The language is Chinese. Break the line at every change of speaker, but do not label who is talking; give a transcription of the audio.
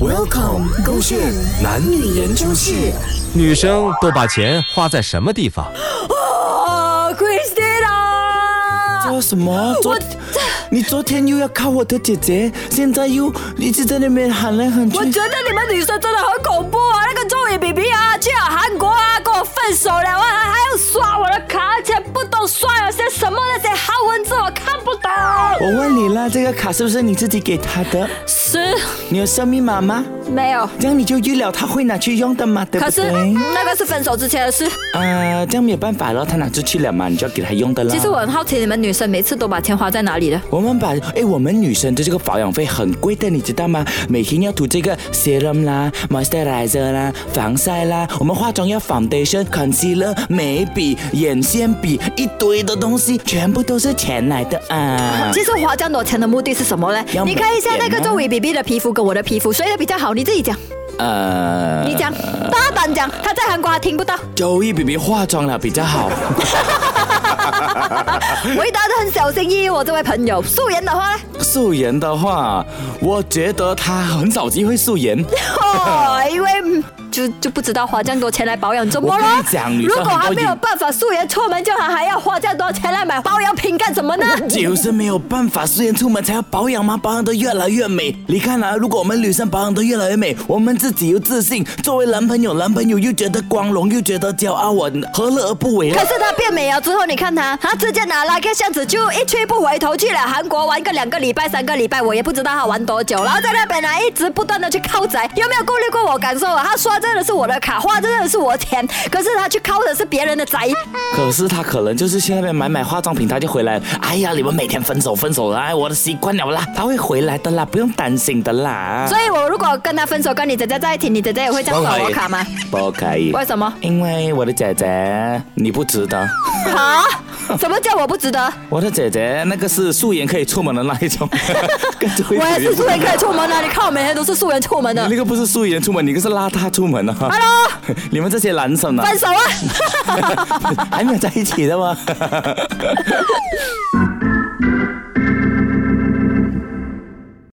Welcome，勾线男女研究室。
女生都把钱花在什么地方？
哦，Christina，
做什
啊
么？昨
我
你昨天又要靠我的姐姐，现在又一直在那边喊来喊去
我。觉得你们女生真的很恐怖啊！那个周雨 B B 啊，去了韩国啊，跟我分手了啊，还要刷我的卡，而且不懂刷有些什么那些韩文字，我看不懂。
我问你啦，这个卡是不是你自己给他的？
是
你有设密码吗？
没有，
这样你就预料他会拿去用的嘛，对
可
不
是
对？
那个是分手之前的事。
啊、这样没有办法了，他拿出去了嘛，你就要给他用的啦。
其实我很好奇，你们女生每次都把钱花在哪里的？
我们把哎，我们女生的这个保养费很贵的，你知道吗？每天要涂这个 serum 啦、moisturizer 啦、防晒啦，我们化妆要 foundation、concealer、眉笔、眼线笔，一堆的东西，全部都是钱来的啊！
其实花这样多钱的目的是什么嘞
要？
你看一下那个
买点啊
周伟 B B 的皮肤跟我的皮肤，谁的比较好？你自己讲，
呃，
你讲，大胆讲，他在韩国还听不到，
周易 BB 化妆了比较好。
回答的很小心翼翼。我这位朋友，素颜的话 呢？
素颜的话，我觉得她很少机会素颜。
哦，因为嗯就就不知道花这样多钱来保养，怎么
我
了
跟你？讲女生
如果还没
很多
有
隐
办法素颜出门，就还还要花这样多钱来买保养品干什么 呢？
就是没有办法，素颜出门才要保养嘛，保养的越来越美。你看啊，如果我们女生保养的越来越美，我们自己又自信，作为男朋友，男朋友又觉得光荣，又觉得骄傲，我何乐而不为啊呢
可？是她变美了之后，你看她，她直接拿了个相纸就一去不回头去了韩国玩个两个礼拜、三个礼拜，我也不知道她玩多久，然后在那边呢一直不断的去靠宅，有没有顾虑过我感受啊？她刷真的是我的卡，花真的是我的钱，可是她去靠的是别人的宅。
可是她可能就是去那边买买化妆品，她就回来了。哎呀，你们每天分手分手啦，哎我的习惯了啦，她会回来的啦，不用担心的啦。
所以我如果跟她分手，跟你姐姐在一起，你姐姐也会这样刷我卡吗？
不可以，
为什么？
因为我的姐姐你不值得，
啊？什么叫我不值 得？
我的姐姐那个是素颜可以出门的那 一种，跟周易
我也
BB
是素颜可以出门的，你看我每天都是素颜出门的
你。那个不是素颜出门，你那个是邋遢出门啊！
Hello，
你们这些男生呢、啊
分手啊！
还没有在一起的吗？